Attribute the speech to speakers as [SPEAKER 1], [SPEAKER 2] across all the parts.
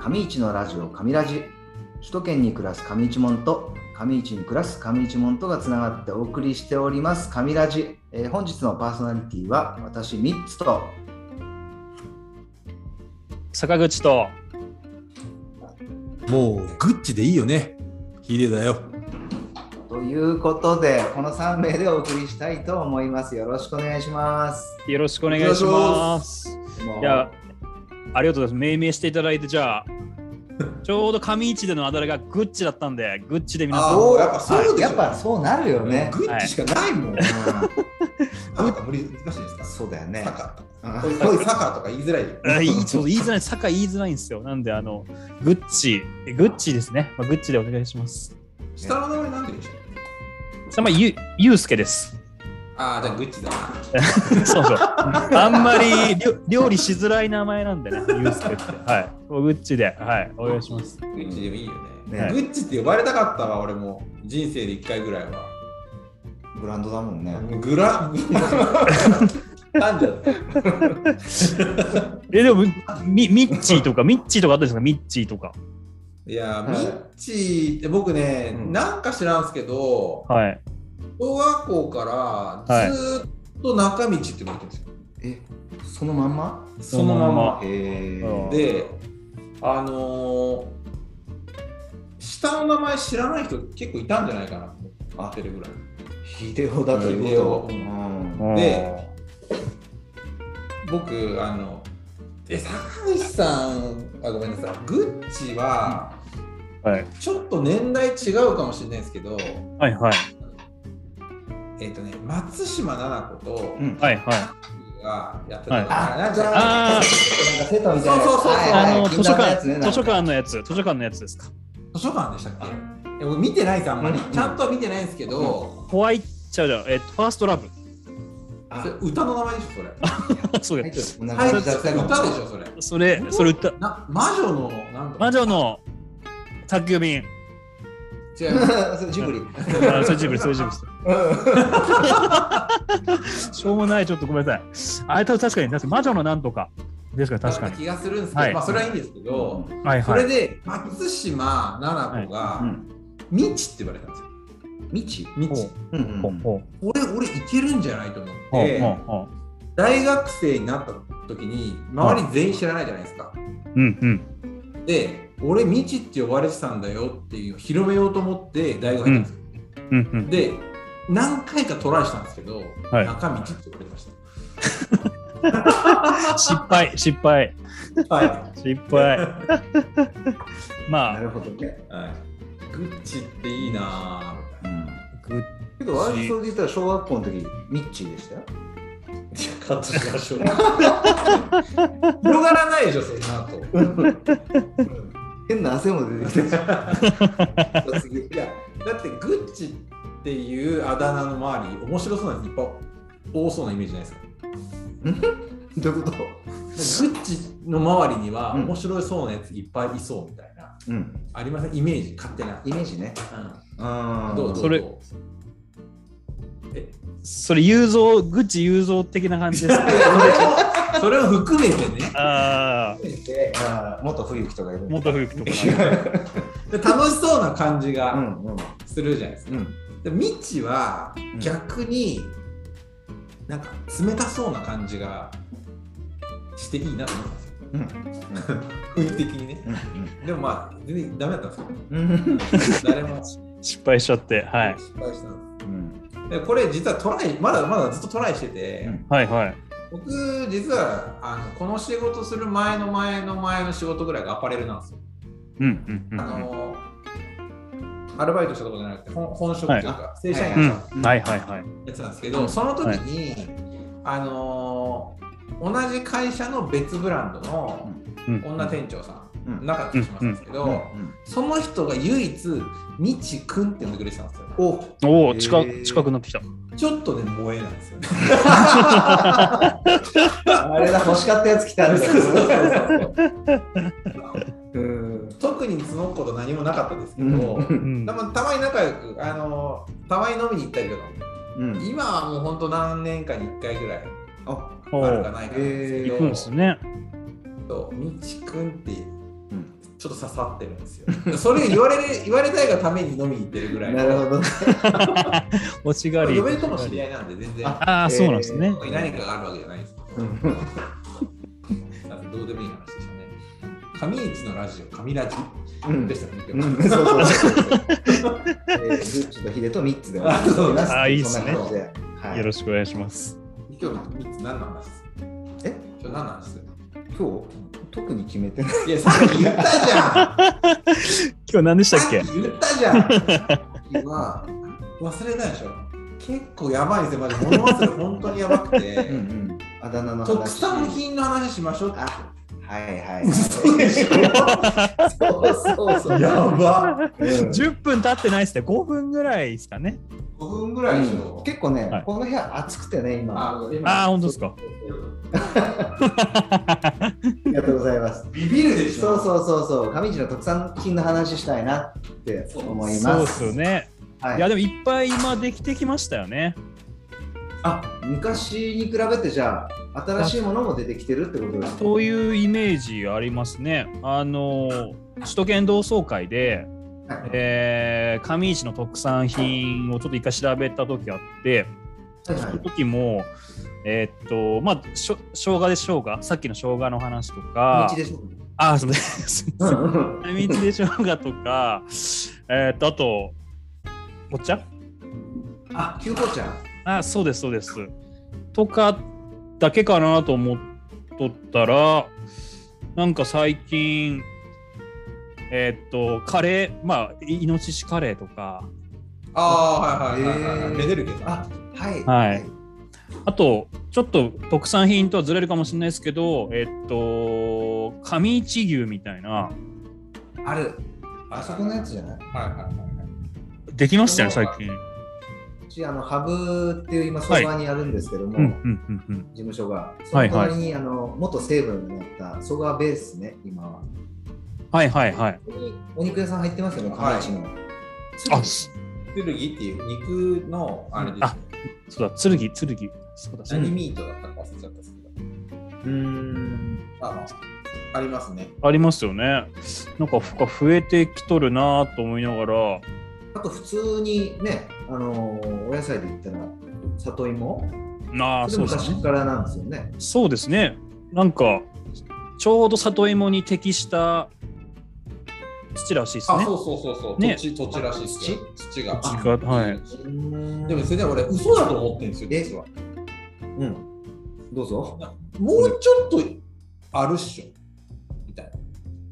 [SPEAKER 1] 上市のラジオ上ラジ首都圏に暮らす上市門と上市に暮らす上市門とがつながってお送りしております上ラジ、えー本日のパーソナリティは私ミッツと
[SPEAKER 2] 坂口と
[SPEAKER 3] もうグッチでいいよね。ヒデだよ。
[SPEAKER 1] ということでこの3名でお送りしたいと思いますよろしくお願いします
[SPEAKER 2] よろしくお願いします。
[SPEAKER 1] もう
[SPEAKER 2] いや、ありがとうございます。命名していただいて、じゃあ、 ちょうど上市でのあだ名がグッチだったんで、グッチで皆さん、
[SPEAKER 3] あ
[SPEAKER 2] グ
[SPEAKER 3] おやっぱそうでし
[SPEAKER 1] や
[SPEAKER 3] ょ
[SPEAKER 1] っ。ぱそうなるよね、
[SPEAKER 3] グッチしかないもん。なんか無理難しいです
[SPEAKER 1] うん
[SPEAKER 3] か。
[SPEAKER 1] そうだよね
[SPEAKER 3] サッカーと
[SPEAKER 1] あ
[SPEAKER 3] か。こういうサッカーとか言いづらいよ。
[SPEAKER 2] あいいそう言いづらい、坂言いづらいんですよ。なんで、あの、グッチ、グッチですね。まあ、グッチでお願いします。
[SPEAKER 3] 下の名前なんて言うんでしたっけ
[SPEAKER 2] さあ、まあ、ゆゆうすけです。
[SPEAKER 3] ああ、じゃあグッチだな。
[SPEAKER 2] そうそう。あんまりりょ料理しづらい名前なんでね、ゆうすけって。はい。もうグッチで、はい、お願いします。
[SPEAKER 3] グッチでもいいよね。
[SPEAKER 1] ね
[SPEAKER 3] グッチって呼ばれたかったわ、俺も。人生で一回ぐらいは。
[SPEAKER 1] ブランドだもんね
[SPEAKER 3] グラ。なんじゃった
[SPEAKER 2] え、でも、みミッチーとか、ミッチーとかあったじゃないですか、ミッチーとか。
[SPEAKER 3] いやー、
[SPEAKER 1] はい
[SPEAKER 3] ミッチーって僕ね、
[SPEAKER 1] うん
[SPEAKER 3] なんか知らんすけど、
[SPEAKER 2] はい。
[SPEAKER 3] 小学校からずーっと中道って呼ばれてるんですよ。
[SPEAKER 1] えそのまんま
[SPEAKER 3] そのまま。
[SPEAKER 1] へ
[SPEAKER 2] うん
[SPEAKER 1] え
[SPEAKER 3] で、あのー下の名前知らない人結構いたんじゃないかなと思ってるぐらい。
[SPEAKER 1] 秀夫だということ
[SPEAKER 3] 秀夫
[SPEAKER 1] うん
[SPEAKER 3] で僕、あの、え、坂口さん、あ、ごめんなさい、グッチは、
[SPEAKER 2] はい、
[SPEAKER 3] ちょっと年代違うかもしれないですけど、
[SPEAKER 2] はい、はい、
[SPEAKER 3] えっ、とね、松島菜々子と、
[SPEAKER 1] うん
[SPEAKER 2] はい、はい。
[SPEAKER 3] がやってたのかな、
[SPEAKER 1] あ
[SPEAKER 3] なんじゃない
[SPEAKER 2] あ
[SPEAKER 1] なんかセットみたいな
[SPEAKER 3] そうそうそうそう
[SPEAKER 1] はいはい
[SPEAKER 2] あの図
[SPEAKER 1] 禁
[SPEAKER 2] 書
[SPEAKER 1] 断のやつね
[SPEAKER 2] 館、
[SPEAKER 1] なんか
[SPEAKER 2] 図書館のやつ、図書館のやつですか。
[SPEAKER 3] 図書館でしたっけえ僕見てないですあんまり、
[SPEAKER 1] うん
[SPEAKER 3] ちゃんとは見てないんですけど、
[SPEAKER 2] ホワイトちゃうじゃん、えっと、ファーストラブ。
[SPEAKER 1] あ
[SPEAKER 3] それ歌の名前でしょそ
[SPEAKER 2] そ
[SPEAKER 3] れ
[SPEAKER 2] う
[SPEAKER 1] タイ
[SPEAKER 2] で
[SPEAKER 1] ト
[SPEAKER 2] す。
[SPEAKER 1] ル同
[SPEAKER 3] タイ
[SPEAKER 1] じだ
[SPEAKER 3] トル
[SPEAKER 1] ったかも
[SPEAKER 3] 歌でしょそれ
[SPEAKER 2] それ、それ歌、
[SPEAKER 3] な魔女のなんとか
[SPEAKER 2] 魔女の宅急便。
[SPEAKER 3] 違う
[SPEAKER 1] それジブリ
[SPEAKER 2] あ、それジブリ、それジブ リです。しょうもない、ちょっとごめんなさい。あれ、た確かに、確かに魔女のなんとか。ですから、確か
[SPEAKER 3] だった
[SPEAKER 2] に。
[SPEAKER 3] 気がするんですけど、
[SPEAKER 2] はい
[SPEAKER 3] まあそれはいいんですけど、
[SPEAKER 2] はい、
[SPEAKER 3] そ
[SPEAKER 2] は
[SPEAKER 3] れ
[SPEAKER 2] い。
[SPEAKER 3] で松島奈々子
[SPEAKER 1] う
[SPEAKER 3] が
[SPEAKER 1] ん
[SPEAKER 3] 「未知」って言われたんですよ
[SPEAKER 1] 未知
[SPEAKER 3] 未
[SPEAKER 2] ほ
[SPEAKER 3] 知
[SPEAKER 2] う
[SPEAKER 1] うんうん
[SPEAKER 2] ほう、ほう、
[SPEAKER 3] 俺俺いけるんじゃないと思っ
[SPEAKER 2] ほ
[SPEAKER 3] て、
[SPEAKER 2] う、ほうほ
[SPEAKER 3] 大学生になった時に周り全員知らないじゃないですか、
[SPEAKER 2] う。うん、うん。
[SPEAKER 3] で俺未知って呼ばれてたんだよっていうのを広めようと思って大学入ったんですよ、
[SPEAKER 2] うん、うん。
[SPEAKER 3] で何回かトライしたんですけど、
[SPEAKER 2] はい
[SPEAKER 3] 中道って言われまし
[SPEAKER 2] 失敗、失敗、
[SPEAKER 3] た。 はい。
[SPEAKER 2] 失敗。ま
[SPEAKER 1] な
[SPEAKER 2] あ、
[SPEAKER 1] るほどね
[SPEAKER 3] グッチっていいな
[SPEAKER 1] うん
[SPEAKER 2] グッ
[SPEAKER 1] けど私それで言ったら小学校の時ミッチーでしたよ
[SPEAKER 3] ぁ。カットし ましょう。広がらないでしょ、そんな後。
[SPEAKER 1] 変な汗も出てきたし次
[SPEAKER 3] いや、だってグッチっていうあだ名の周り、面白そうなやついっぱい多そうなイメージないですか。
[SPEAKER 1] どういうこと
[SPEAKER 3] グッチの周りには
[SPEAKER 1] うん
[SPEAKER 3] 面白そうなやついっぱいいそうみたいな。
[SPEAKER 1] うん
[SPEAKER 3] ありませんイメージ、勝手な。
[SPEAKER 1] イメージね
[SPEAKER 3] う
[SPEAKER 1] うん
[SPEAKER 3] ん、どうぞ
[SPEAKER 2] それ
[SPEAKER 3] どうぞえ
[SPEAKER 2] それ、雄三、グッチ雄三的な感じですか。
[SPEAKER 3] それを含めてね。
[SPEAKER 2] ああ、
[SPEAKER 1] であー元冬樹とかいる
[SPEAKER 2] 元冬とか。
[SPEAKER 3] で楽しそうな感じ
[SPEAKER 1] う
[SPEAKER 3] が
[SPEAKER 1] んうん
[SPEAKER 3] するじゃないですか。
[SPEAKER 1] うん
[SPEAKER 3] で未知は
[SPEAKER 1] ん
[SPEAKER 3] 逆に、なんか冷たそうな感じがしていいなと思ったんですよ。
[SPEAKER 1] うん
[SPEAKER 3] 雰囲気的にね。でもまあ全然ダメだったんで
[SPEAKER 1] うんうん
[SPEAKER 3] すけど、誰も失
[SPEAKER 2] 失敗しちゃって、はい。
[SPEAKER 3] 敗したんで
[SPEAKER 1] うん
[SPEAKER 3] す。でこれ実はトライまだまだずっとトライしてて、
[SPEAKER 1] うん
[SPEAKER 2] はいはい。
[SPEAKER 3] 僕実はあのこの仕事する前の前の前の仕事ぐらいがアパレルなんですよ。
[SPEAKER 2] うんうんうん
[SPEAKER 3] あのアルバイトしたとこじゃなくて本本職というか正社員やっ
[SPEAKER 2] う
[SPEAKER 3] て
[SPEAKER 2] んう
[SPEAKER 3] たんですよ
[SPEAKER 2] ん。はいはいはい。
[SPEAKER 3] やつなんですけど、その時に、あのー同じ会社の別ブランドの
[SPEAKER 2] うん
[SPEAKER 3] 女店長さん、
[SPEAKER 1] うん
[SPEAKER 3] 中田としますんですけど、
[SPEAKER 1] うん
[SPEAKER 3] その人が唯一「みちくん」って呼んでくれてたんですよ。
[SPEAKER 1] お
[SPEAKER 2] おお、
[SPEAKER 1] え
[SPEAKER 2] 近
[SPEAKER 1] ー
[SPEAKER 2] く近くなってきた。
[SPEAKER 3] ちょっとね萌えなんですよね。
[SPEAKER 1] あれだ欲しかったやつ来たんだうん
[SPEAKER 3] 特にその子と何もなかったですけ
[SPEAKER 1] う
[SPEAKER 3] ど、
[SPEAKER 2] うんん
[SPEAKER 3] たまたまに仲良く、あのーたまに飲みに行ったりとか
[SPEAKER 1] うん
[SPEAKER 3] 今はもうほんと何年かに1回ぐらい
[SPEAKER 1] あ
[SPEAKER 2] お
[SPEAKER 3] あるか
[SPEAKER 2] ー
[SPEAKER 3] ないかなんです
[SPEAKER 1] へ
[SPEAKER 3] けど
[SPEAKER 2] 行くんですね。
[SPEAKER 3] そうみちくんって
[SPEAKER 1] うん
[SPEAKER 3] ちちょっと刺さってるんですよ。それ言われる 言われたいがために飲みに行ってるぐらいの。
[SPEAKER 1] なるほどね。
[SPEAKER 2] 欲しがり。
[SPEAKER 3] 嫁とも知り合いなんで、全然
[SPEAKER 1] あ
[SPEAKER 2] ああ、
[SPEAKER 1] えー
[SPEAKER 2] そうなんですね。
[SPEAKER 3] 何かがあるわけじゃないです。なんかどうでもいい話でしたね。上市のラジオ、上ラジ
[SPEAKER 1] うん
[SPEAKER 3] でしたね。今
[SPEAKER 1] う
[SPEAKER 3] 日
[SPEAKER 1] ん、そうそうそ うそう。えー、グッチとヒデとミッツでお願いしております。
[SPEAKER 2] あいいっすね
[SPEAKER 1] そんな感じではい、
[SPEAKER 2] よろしくお願いします。
[SPEAKER 3] 今日3つ何の話です
[SPEAKER 1] え
[SPEAKER 3] 今日何の話です
[SPEAKER 1] 今日、特に決めてない。
[SPEAKER 3] いや、さっき言ったじゃん
[SPEAKER 2] 今日何でしたっけ
[SPEAKER 3] さっき言ったじゃん今、忘れたでしょ結構やばいですよ、マジ。物忘れ本当にやばくて
[SPEAKER 1] うんう。ん。あだ名の話。
[SPEAKER 3] 特産品の話しましょうって。
[SPEAKER 1] あはいはい。
[SPEAKER 3] 嘘でしょ
[SPEAKER 1] そうそうそう。
[SPEAKER 3] やば
[SPEAKER 1] うん
[SPEAKER 2] 10分経ってないですね。5分ぐらいですかね。
[SPEAKER 3] 5分ぐらいでしょ。
[SPEAKER 1] 結構ね、
[SPEAKER 2] はい
[SPEAKER 1] この部屋暑くてね、今。
[SPEAKER 3] あ今
[SPEAKER 2] ああ、本当ですか。
[SPEAKER 1] ありがとうございます。
[SPEAKER 3] ビビるでし
[SPEAKER 1] そ
[SPEAKER 3] ょ
[SPEAKER 1] うそうそうそう、上地の特産品の話したいなって思い
[SPEAKER 2] そう
[SPEAKER 1] ま。
[SPEAKER 2] ですすよね。
[SPEAKER 1] はい
[SPEAKER 2] いや、でもいっぱい今できてきましたよね。
[SPEAKER 1] あ昔に比べてじゃあ新しいものも出てきてるってことですか
[SPEAKER 2] そういうイメージありますね。あの、首都圏同窓会で、
[SPEAKER 1] はい
[SPEAKER 2] えー上市の特産品をちょっと一回調べた時あって、
[SPEAKER 1] はいは
[SPEAKER 2] そ
[SPEAKER 1] い
[SPEAKER 2] の時も、えーっと、まあ、しょ生姜で生姜、さっきの生姜の話とか、
[SPEAKER 1] 道でしょ
[SPEAKER 2] あー、すみません。すみません
[SPEAKER 1] うん
[SPEAKER 2] 花道でしょうがとか、えー、とあとお茶
[SPEAKER 1] あ急行茶
[SPEAKER 2] あそうですそうですとかだけかなと思っとったらなんか最近えーっ、とカレーまあいイノシシカレーとか
[SPEAKER 3] ああ、はいはいはいはいはい。
[SPEAKER 1] えー
[SPEAKER 3] めでるけど。
[SPEAKER 1] あはい
[SPEAKER 2] はいあとちょっと特産品とはずれるかもしれないですけどえーっ、と上市牛みたいな
[SPEAKER 1] ある
[SPEAKER 3] あ
[SPEAKER 1] あそ
[SPEAKER 3] そこ
[SPEAKER 1] こ
[SPEAKER 3] ね。
[SPEAKER 1] のやつじゃないう
[SPEAKER 3] はいはいはい。
[SPEAKER 2] できましたよね最近
[SPEAKER 1] ちあのハブっていう今相場にあるんですけども、
[SPEAKER 2] うんうんうんうん
[SPEAKER 1] 事務所がそ
[SPEAKER 2] はいはい
[SPEAKER 1] の隣に、あの元西武になったソガーベースね今は
[SPEAKER 2] はいはいはい
[SPEAKER 1] ここにお肉屋さん入ってますよね
[SPEAKER 3] はい
[SPEAKER 1] 上地の、
[SPEAKER 2] あ
[SPEAKER 3] トゥルギっていう肉のあれです、
[SPEAKER 2] あそうだ剣剣そうだそうだ
[SPEAKER 3] 何ミートだったか忘れちゃったんですけど。
[SPEAKER 1] うーん
[SPEAKER 3] あまあ、ありますね。
[SPEAKER 2] ありますよね。なんか負荷増えてきとるなぁと思いながら、
[SPEAKER 1] あと普通にねあのお野菜で言ったら里芋
[SPEAKER 2] なあ
[SPEAKER 1] そ
[SPEAKER 2] そ
[SPEAKER 1] れ
[SPEAKER 2] うですね
[SPEAKER 1] 昔。からなんですよね。
[SPEAKER 2] そうですね。なんかちょうど里芋に適した土らしいです
[SPEAKER 3] あ、
[SPEAKER 2] ね
[SPEAKER 3] そう。そうそうそう。
[SPEAKER 2] ね
[SPEAKER 3] 土地、土地らしいですよ。土が。
[SPEAKER 2] 土がはい
[SPEAKER 1] で
[SPEAKER 3] でも
[SPEAKER 1] も、
[SPEAKER 3] それで俺、嘘だと思ってるんですよ、
[SPEAKER 1] え
[SPEAKER 3] 実は。
[SPEAKER 1] うん、どうぞ。
[SPEAKER 3] もうちょっとあるっしょ。みたい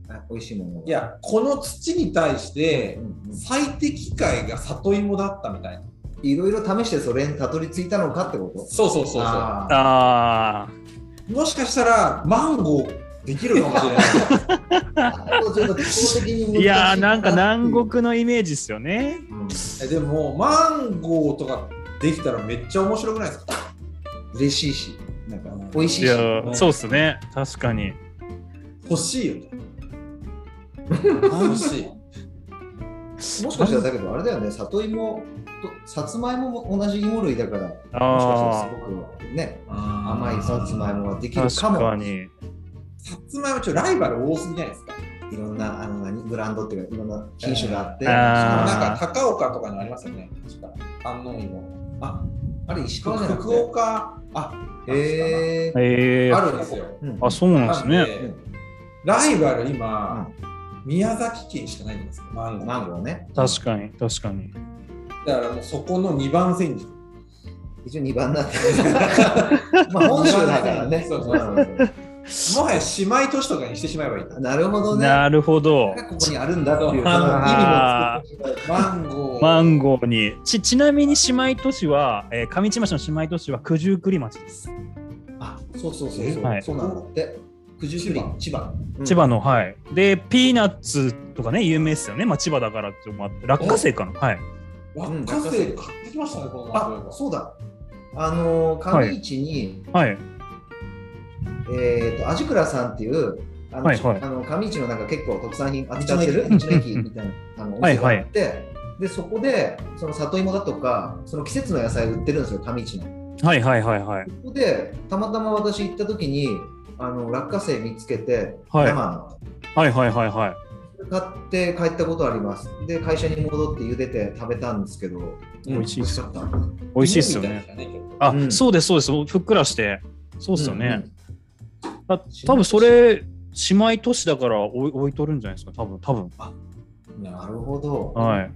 [SPEAKER 3] な。
[SPEAKER 1] あ美味しいものが。
[SPEAKER 3] いや、この土に対して
[SPEAKER 1] うんうん、
[SPEAKER 3] 最適解が里芋だったみたいな。
[SPEAKER 1] いろいろ試してそれにたどり着いたのかってこと
[SPEAKER 3] そうそうそうそう。
[SPEAKER 1] あー
[SPEAKER 2] あ
[SPEAKER 3] もしかしたら、マンゴーできるかもしれ ない。
[SPEAKER 1] ちょっと気候的に難し
[SPEAKER 2] あ。いやーなんか南
[SPEAKER 1] 国
[SPEAKER 2] 国のイメージですよね。
[SPEAKER 3] えでもマンゴーとかできたらめっちゃ面白くないですか
[SPEAKER 1] 嬉しいし、なんか美味し
[SPEAKER 2] い
[SPEAKER 1] いし
[SPEAKER 2] や。ーそうですね。確かに。
[SPEAKER 3] 欲しいよね欲しい
[SPEAKER 1] もしかしたらだけどあれだよね、里芋とさつまいもも同じ芋類だから、もしか
[SPEAKER 2] あ
[SPEAKER 1] したらすごくね、
[SPEAKER 3] 甘
[SPEAKER 1] 甘いさつまいもができ
[SPEAKER 2] あ
[SPEAKER 1] る
[SPEAKER 2] 確
[SPEAKER 1] かも
[SPEAKER 2] か。に。
[SPEAKER 3] さつまいもちょっとライバル多すぎないですか
[SPEAKER 1] いろんなあの何ブランドっていうか、いろんな品種があって、
[SPEAKER 2] あー
[SPEAKER 3] なんか高岡とかにありますよね確か観音芋あ
[SPEAKER 1] あれ石
[SPEAKER 3] 福
[SPEAKER 1] 川じゃなくて
[SPEAKER 3] 福岡あ
[SPEAKER 1] へえ
[SPEAKER 2] ええ
[SPEAKER 3] あるんですよ
[SPEAKER 1] ーうん
[SPEAKER 2] あそうなんです
[SPEAKER 3] なん
[SPEAKER 2] ね。
[SPEAKER 3] でライバル今、宮崎県しかないんですよマンゴー
[SPEAKER 1] マンゴーね。
[SPEAKER 2] 確かに確かに。
[SPEAKER 3] だからもうそこの2番線に
[SPEAKER 1] 一応2番だ った。まあ本州だからね。
[SPEAKER 3] そうそうそもはや姉妹都市とかにしてしまえばいい
[SPEAKER 1] うんなるほどね。
[SPEAKER 2] なるほど。
[SPEAKER 1] ここにあるんだっていう。
[SPEAKER 2] あー
[SPEAKER 1] その意味も作ってしまう
[SPEAKER 3] マンゴー
[SPEAKER 2] マンゴーにちちなみに姉妹都市は、えー、上市町の姉妹都市は九十九里町です、
[SPEAKER 1] あそうそうそうそう、
[SPEAKER 2] はい
[SPEAKER 1] そうなんだって。九十九里、千葉。うん
[SPEAKER 2] 千葉のはいでピーナッツとかね有名ですよね、まあ、千葉だからっていうのもあって落花生かなはい
[SPEAKER 3] 落花生買ってきましたね、この
[SPEAKER 1] あ
[SPEAKER 3] 前。
[SPEAKER 1] そうだ。あのー
[SPEAKER 2] はい
[SPEAKER 1] 上市に、
[SPEAKER 2] はい
[SPEAKER 1] えっ、と、アジクラさんっていう、あの、
[SPEAKER 2] はいはい
[SPEAKER 1] あの上市のなんか結構特産品扱ってる道の駅みたいなあのお
[SPEAKER 2] はい
[SPEAKER 1] 店が
[SPEAKER 2] はい
[SPEAKER 1] あって、で、そこで、その里芋だとか、その季節の野菜売ってるんですよ、上市の。
[SPEAKER 2] はいはいはいはい
[SPEAKER 1] そこでたまたま私行った時にあの落花生見つけて、
[SPEAKER 2] はい
[SPEAKER 1] 生の
[SPEAKER 2] はいはいはいはい
[SPEAKER 1] 買って帰ったことあります。で、会社に戻って茹でて食べたんですけど、
[SPEAKER 2] 美味しいで
[SPEAKER 1] 美味し
[SPEAKER 2] す
[SPEAKER 1] かった
[SPEAKER 2] 美味しいですよね。。あ、
[SPEAKER 1] うん
[SPEAKER 2] そうです、そうです。ふっくらして。そうですよね。
[SPEAKER 1] うんうん
[SPEAKER 2] あ多分それ、姉妹都市だから置い置いとるんじゃないですか、多分多分
[SPEAKER 1] な
[SPEAKER 3] なる
[SPEAKER 1] るほど。
[SPEAKER 2] はい。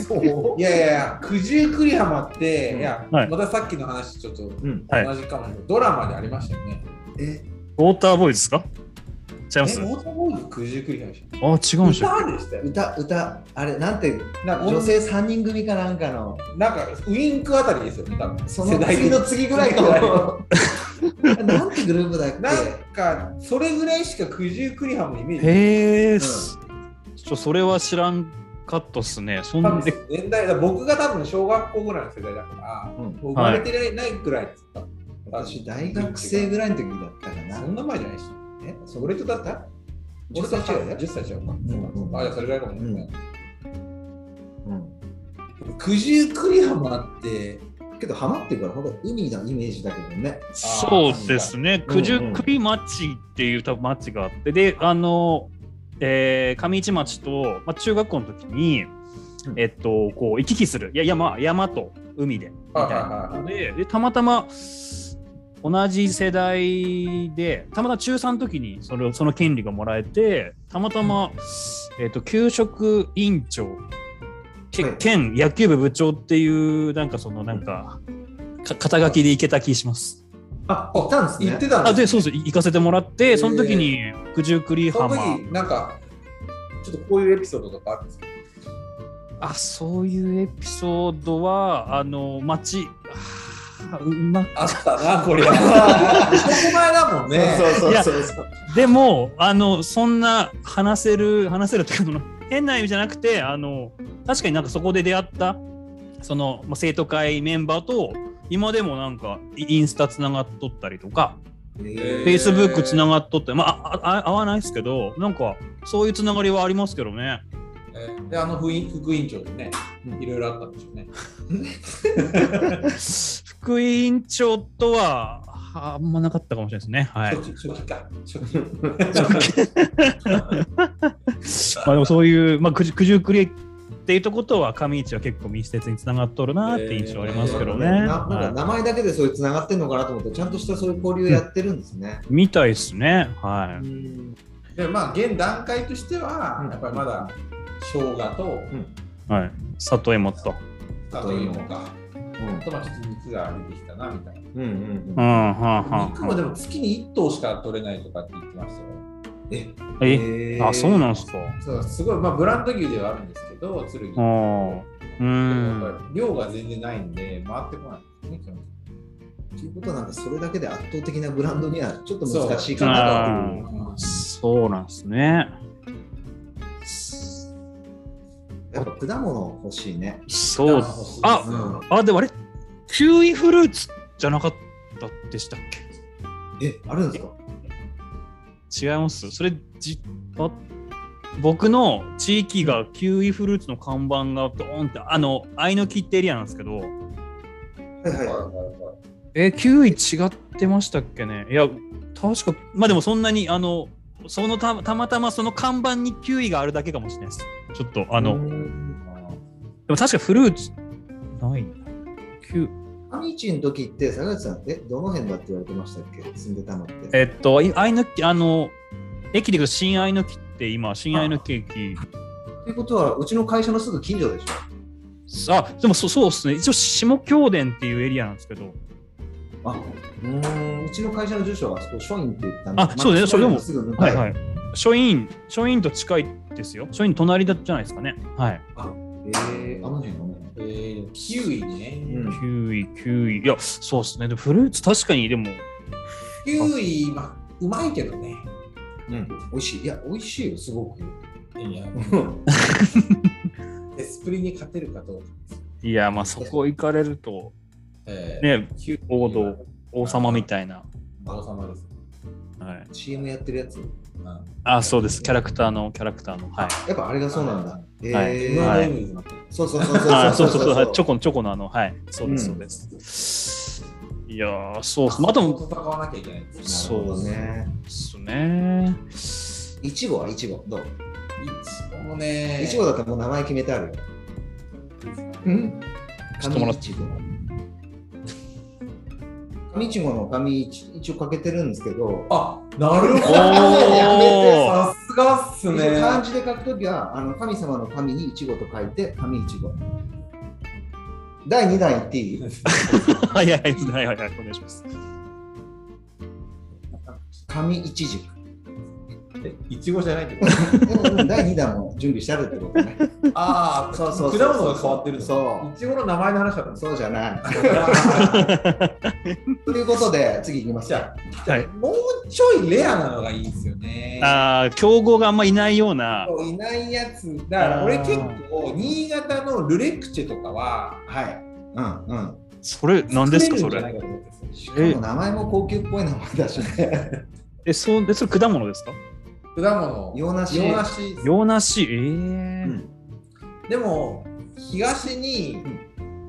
[SPEAKER 1] そう
[SPEAKER 3] いやいやいや、九十九里浜って、
[SPEAKER 1] うん
[SPEAKER 3] いや、
[SPEAKER 2] はい
[SPEAKER 3] またさっきの話ちょっと
[SPEAKER 1] うん。
[SPEAKER 2] はい
[SPEAKER 3] 同じかもしれない、ドラマでありましたよね。
[SPEAKER 1] え、
[SPEAKER 2] ウォーターボーイズですか違い
[SPEAKER 3] え、
[SPEAKER 2] ま
[SPEAKER 3] オ
[SPEAKER 2] す
[SPEAKER 3] ートボーイズ九十九里浜で
[SPEAKER 2] あ、
[SPEAKER 3] し
[SPEAKER 2] 違うんでしょ。
[SPEAKER 3] た。歌でしたよ。
[SPEAKER 1] 歌、歌、あれ、なんて、
[SPEAKER 3] なんか
[SPEAKER 1] 女性3人組かなんかの、
[SPEAKER 3] なんかウインクあたりですよね、多分。
[SPEAKER 1] その
[SPEAKER 3] 世代
[SPEAKER 1] 次の次ぐらい の、なんてグループだっけ
[SPEAKER 3] なんか、それぐらいしか九十九里浜のイメージ。
[SPEAKER 2] へえ、すちょそれは知らんかったっすね。そん
[SPEAKER 3] 多
[SPEAKER 2] な
[SPEAKER 3] 分年代だ僕が多分小学校ぐらいの世代だから、
[SPEAKER 1] うん
[SPEAKER 3] もう生まれてないぐらいっつった。
[SPEAKER 1] 私、大学生ぐらいの時だったかな
[SPEAKER 3] そ。んな前じゃないし。え、それとだった
[SPEAKER 1] 10歳違うよ
[SPEAKER 3] 10歳違うか。
[SPEAKER 1] ん
[SPEAKER 3] あ、じゃあそれぐらいかもしれない。
[SPEAKER 1] うん。
[SPEAKER 3] 九十九里浜って、
[SPEAKER 1] けど、浜っていうから、ほんと海のイメージだけどね。
[SPEAKER 2] そうですね、
[SPEAKER 1] うんうん
[SPEAKER 2] 九十九里町っていう多分町があって、で、あの、えー上市町と、まあ、中学校の時に、
[SPEAKER 1] うん
[SPEAKER 2] えっと、こう行き来する、いや山山と海でみたい
[SPEAKER 3] はいはい
[SPEAKER 2] な
[SPEAKER 3] はい
[SPEAKER 2] でで、たまたま同じ世代で、たまたま中3の時にそれをその権利がもらえて、たまたま、えっと、給食委員長、け
[SPEAKER 1] はい
[SPEAKER 2] 県野球部部長っていう、なんかその、なんか、か肩書きでいけた気します。
[SPEAKER 1] あ、行ったんですね。
[SPEAKER 3] 行ってたん
[SPEAKER 2] あで
[SPEAKER 3] です
[SPEAKER 2] そうです行かせてもらってその時に九十九里
[SPEAKER 3] その
[SPEAKER 2] 浜
[SPEAKER 3] 時、なんか、ちょっとこういうエピソードとかあるんですか
[SPEAKER 2] あそういうエピソードはあの町あーうま
[SPEAKER 3] あったな、これ。男前だもんね。
[SPEAKER 1] そう
[SPEAKER 2] いや
[SPEAKER 1] そうそう。
[SPEAKER 2] でもあのそんな話せる話せるっていうかその変な意味じゃなくてあの確かになんかそこで出会ったそのまあ生徒会メンバーと今でもなんかイインスタつながっとったりとか
[SPEAKER 3] へ
[SPEAKER 2] フェ
[SPEAKER 3] ー
[SPEAKER 2] イスブックつながっとってまあああ合わないですけどなんかそういうつながりはありますけど ね。
[SPEAKER 3] えーで、あの副委副委員長でね、いろいろあったんでしょうね。
[SPEAKER 2] 副委員長とはああんまなかったかもしれないですね。はい。
[SPEAKER 3] 初期初期か。初期。
[SPEAKER 2] まあでもそういう、まあ、九十九十九里っていうとことは上市は結構密接につながっとるなって印象ありますけどね。
[SPEAKER 1] ななんか
[SPEAKER 2] は
[SPEAKER 1] 名前だけでそういうつながってんのかなと思って、ちゃんとしたそういう交流やってるんですね。
[SPEAKER 2] い、みたいですね。は
[SPEAKER 3] で、まあ、現段階としては
[SPEAKER 1] うん、
[SPEAKER 3] やっぱりまだ、生姜と、
[SPEAKER 2] い。はい。里芋と。
[SPEAKER 3] 里芋か。
[SPEAKER 1] うん
[SPEAKER 3] と、まあ、ひき肉が出てきたな、みたいな。
[SPEAKER 1] うんうん
[SPEAKER 2] うん、
[SPEAKER 1] うん。
[SPEAKER 2] はあ、は
[SPEAKER 3] 肉
[SPEAKER 2] あ
[SPEAKER 3] も
[SPEAKER 2] は
[SPEAKER 3] でも月に1頭しか取れないとかって言ってましたよ。
[SPEAKER 1] え
[SPEAKER 2] あ。え、
[SPEAKER 1] え
[SPEAKER 2] あ、そうなんですか。
[SPEAKER 3] そうすごい、まあ、ブランド牛ではあるんですけど、剣。
[SPEAKER 2] あーう
[SPEAKER 3] やっ
[SPEAKER 2] ん。
[SPEAKER 3] ぱり量が全然ないんで、回ってこないんですね。
[SPEAKER 1] ということはなんかそれだけで圧倒的なブランドにはちょっと難しいかなっていう。
[SPEAKER 2] そうなんですね。
[SPEAKER 1] やっぱ果物欲しいね。
[SPEAKER 2] そう。
[SPEAKER 3] あ
[SPEAKER 2] あ、あ、でもあれ、キウイフルーツじゃなかったでしたっけ
[SPEAKER 1] え、あるんですか
[SPEAKER 2] 違いますそれじあ僕の地域がキウイフルーツの看板がドーンってあの愛の木ってエリアなんですけど
[SPEAKER 1] はいは
[SPEAKER 3] は
[SPEAKER 2] えキウイ違ってましたっけねいや確かまあでもそんなにあのそのたたまたまその看板にキウイがあるだけかもしれないですちょっとあ
[SPEAKER 1] い。
[SPEAKER 2] の、
[SPEAKER 1] う
[SPEAKER 2] で
[SPEAKER 1] ん。
[SPEAKER 2] も確かフルーツないなキウイ
[SPEAKER 1] アミチの時って、坂口さん、え、どの辺だって言われてましたっけ住んでたのって。
[SPEAKER 2] えっとい愛の木あの駅で行くと新愛の木って今新愛の木駅
[SPEAKER 1] ということは、うちの会社のすぐ近所でしょ
[SPEAKER 2] あでもそそうですね一応下京殿っていうエリアなんですけど
[SPEAKER 1] あうーんうちの会社の住所はあそこ書院って言ったん
[SPEAKER 2] あそうだよそれでも
[SPEAKER 1] すぐ向か
[SPEAKER 2] はい
[SPEAKER 1] い、
[SPEAKER 2] はい。書院、書院と近いですよ。書院隣だじゃないですかね。はい。
[SPEAKER 1] えー、あの辺のね
[SPEAKER 3] えー、キウイね、
[SPEAKER 1] うん
[SPEAKER 2] キウイ、キウイ。いや、そうですね。でもフルーツ確かに、でも、
[SPEAKER 3] キウイ、まあ、うまいけどね。
[SPEAKER 1] うん美味しいいや美味しいよすごく
[SPEAKER 3] いや、エスプリに勝てるかどうか。
[SPEAKER 2] いや、まあそこ行かれると、
[SPEAKER 3] えー、
[SPEAKER 2] ね、
[SPEAKER 3] キウイ
[SPEAKER 2] 王道、王様みたいな。
[SPEAKER 3] 王様です。
[SPEAKER 2] はい、
[SPEAKER 1] CM やってるやつ
[SPEAKER 3] うん
[SPEAKER 2] あ、そうです。キャラクターの、キャラクターの。はい。
[SPEAKER 1] やっぱあれがそうなんだ、え
[SPEAKER 2] は
[SPEAKER 1] ー
[SPEAKER 2] いはい
[SPEAKER 3] ウマイの
[SPEAKER 1] そうそうそうそう
[SPEAKER 2] あ、そうそうそう。はいチョ
[SPEAKER 1] コ
[SPEAKER 2] コの、チョコのあの、はい。そうです、
[SPEAKER 1] う
[SPEAKER 2] そ
[SPEAKER 1] ん
[SPEAKER 2] うです。いやー、そうっす。ま
[SPEAKER 3] ま
[SPEAKER 2] あ、で
[SPEAKER 3] と
[SPEAKER 2] も、
[SPEAKER 3] 戦わなきゃいけないですね。
[SPEAKER 2] そう
[SPEAKER 1] ね
[SPEAKER 2] ですね。
[SPEAKER 1] いちごはいちご。どう
[SPEAKER 3] ちごね。
[SPEAKER 1] いちごだったらもう名前決めてあるよ。
[SPEAKER 3] うん。
[SPEAKER 2] ちょっともらっ
[SPEAKER 1] 紙いちご。紙いちごの紙一一応かけてるんですけど、
[SPEAKER 3] あ、なるほ
[SPEAKER 1] やめ
[SPEAKER 3] ど。
[SPEAKER 2] おー
[SPEAKER 3] さすがっす
[SPEAKER 1] 一応
[SPEAKER 3] ね。
[SPEAKER 1] 漢字で書くときはあの神様の神にいちごと書いて神いちご。第2弾言っていい
[SPEAKER 2] はいはいはいはいはいお願いします。
[SPEAKER 1] 神いちじく。
[SPEAKER 3] えいちごじゃないけど。
[SPEAKER 1] うん第2弾も準備してあるってことね。
[SPEAKER 3] ああ、
[SPEAKER 1] そうそうそう
[SPEAKER 3] 果物が変わってるの
[SPEAKER 1] そう
[SPEAKER 3] いちごの名前の話だったんです
[SPEAKER 1] そうじゃない。
[SPEAKER 3] か。
[SPEAKER 1] ということで、次いきます
[SPEAKER 3] じ。ゃ
[SPEAKER 2] はい
[SPEAKER 3] あ、、もうちょいレアなのがいいんですよね。
[SPEAKER 2] ああ、競合があんまいないような。
[SPEAKER 3] そういないやつだから俺結構新潟のルレクチェとかは
[SPEAKER 1] はい。うんうん。
[SPEAKER 2] それ、何ですか、そ
[SPEAKER 3] 作れ
[SPEAKER 2] れ。
[SPEAKER 3] るんじゃないかと思ってるんですよ
[SPEAKER 1] でも名前も高級っぽい名前だしね。
[SPEAKER 2] え、そう、で、それ果物ですか
[SPEAKER 3] 果物
[SPEAKER 1] 洋梨
[SPEAKER 3] 洋梨
[SPEAKER 2] 洋梨。ええ
[SPEAKER 1] うん
[SPEAKER 3] でも東に、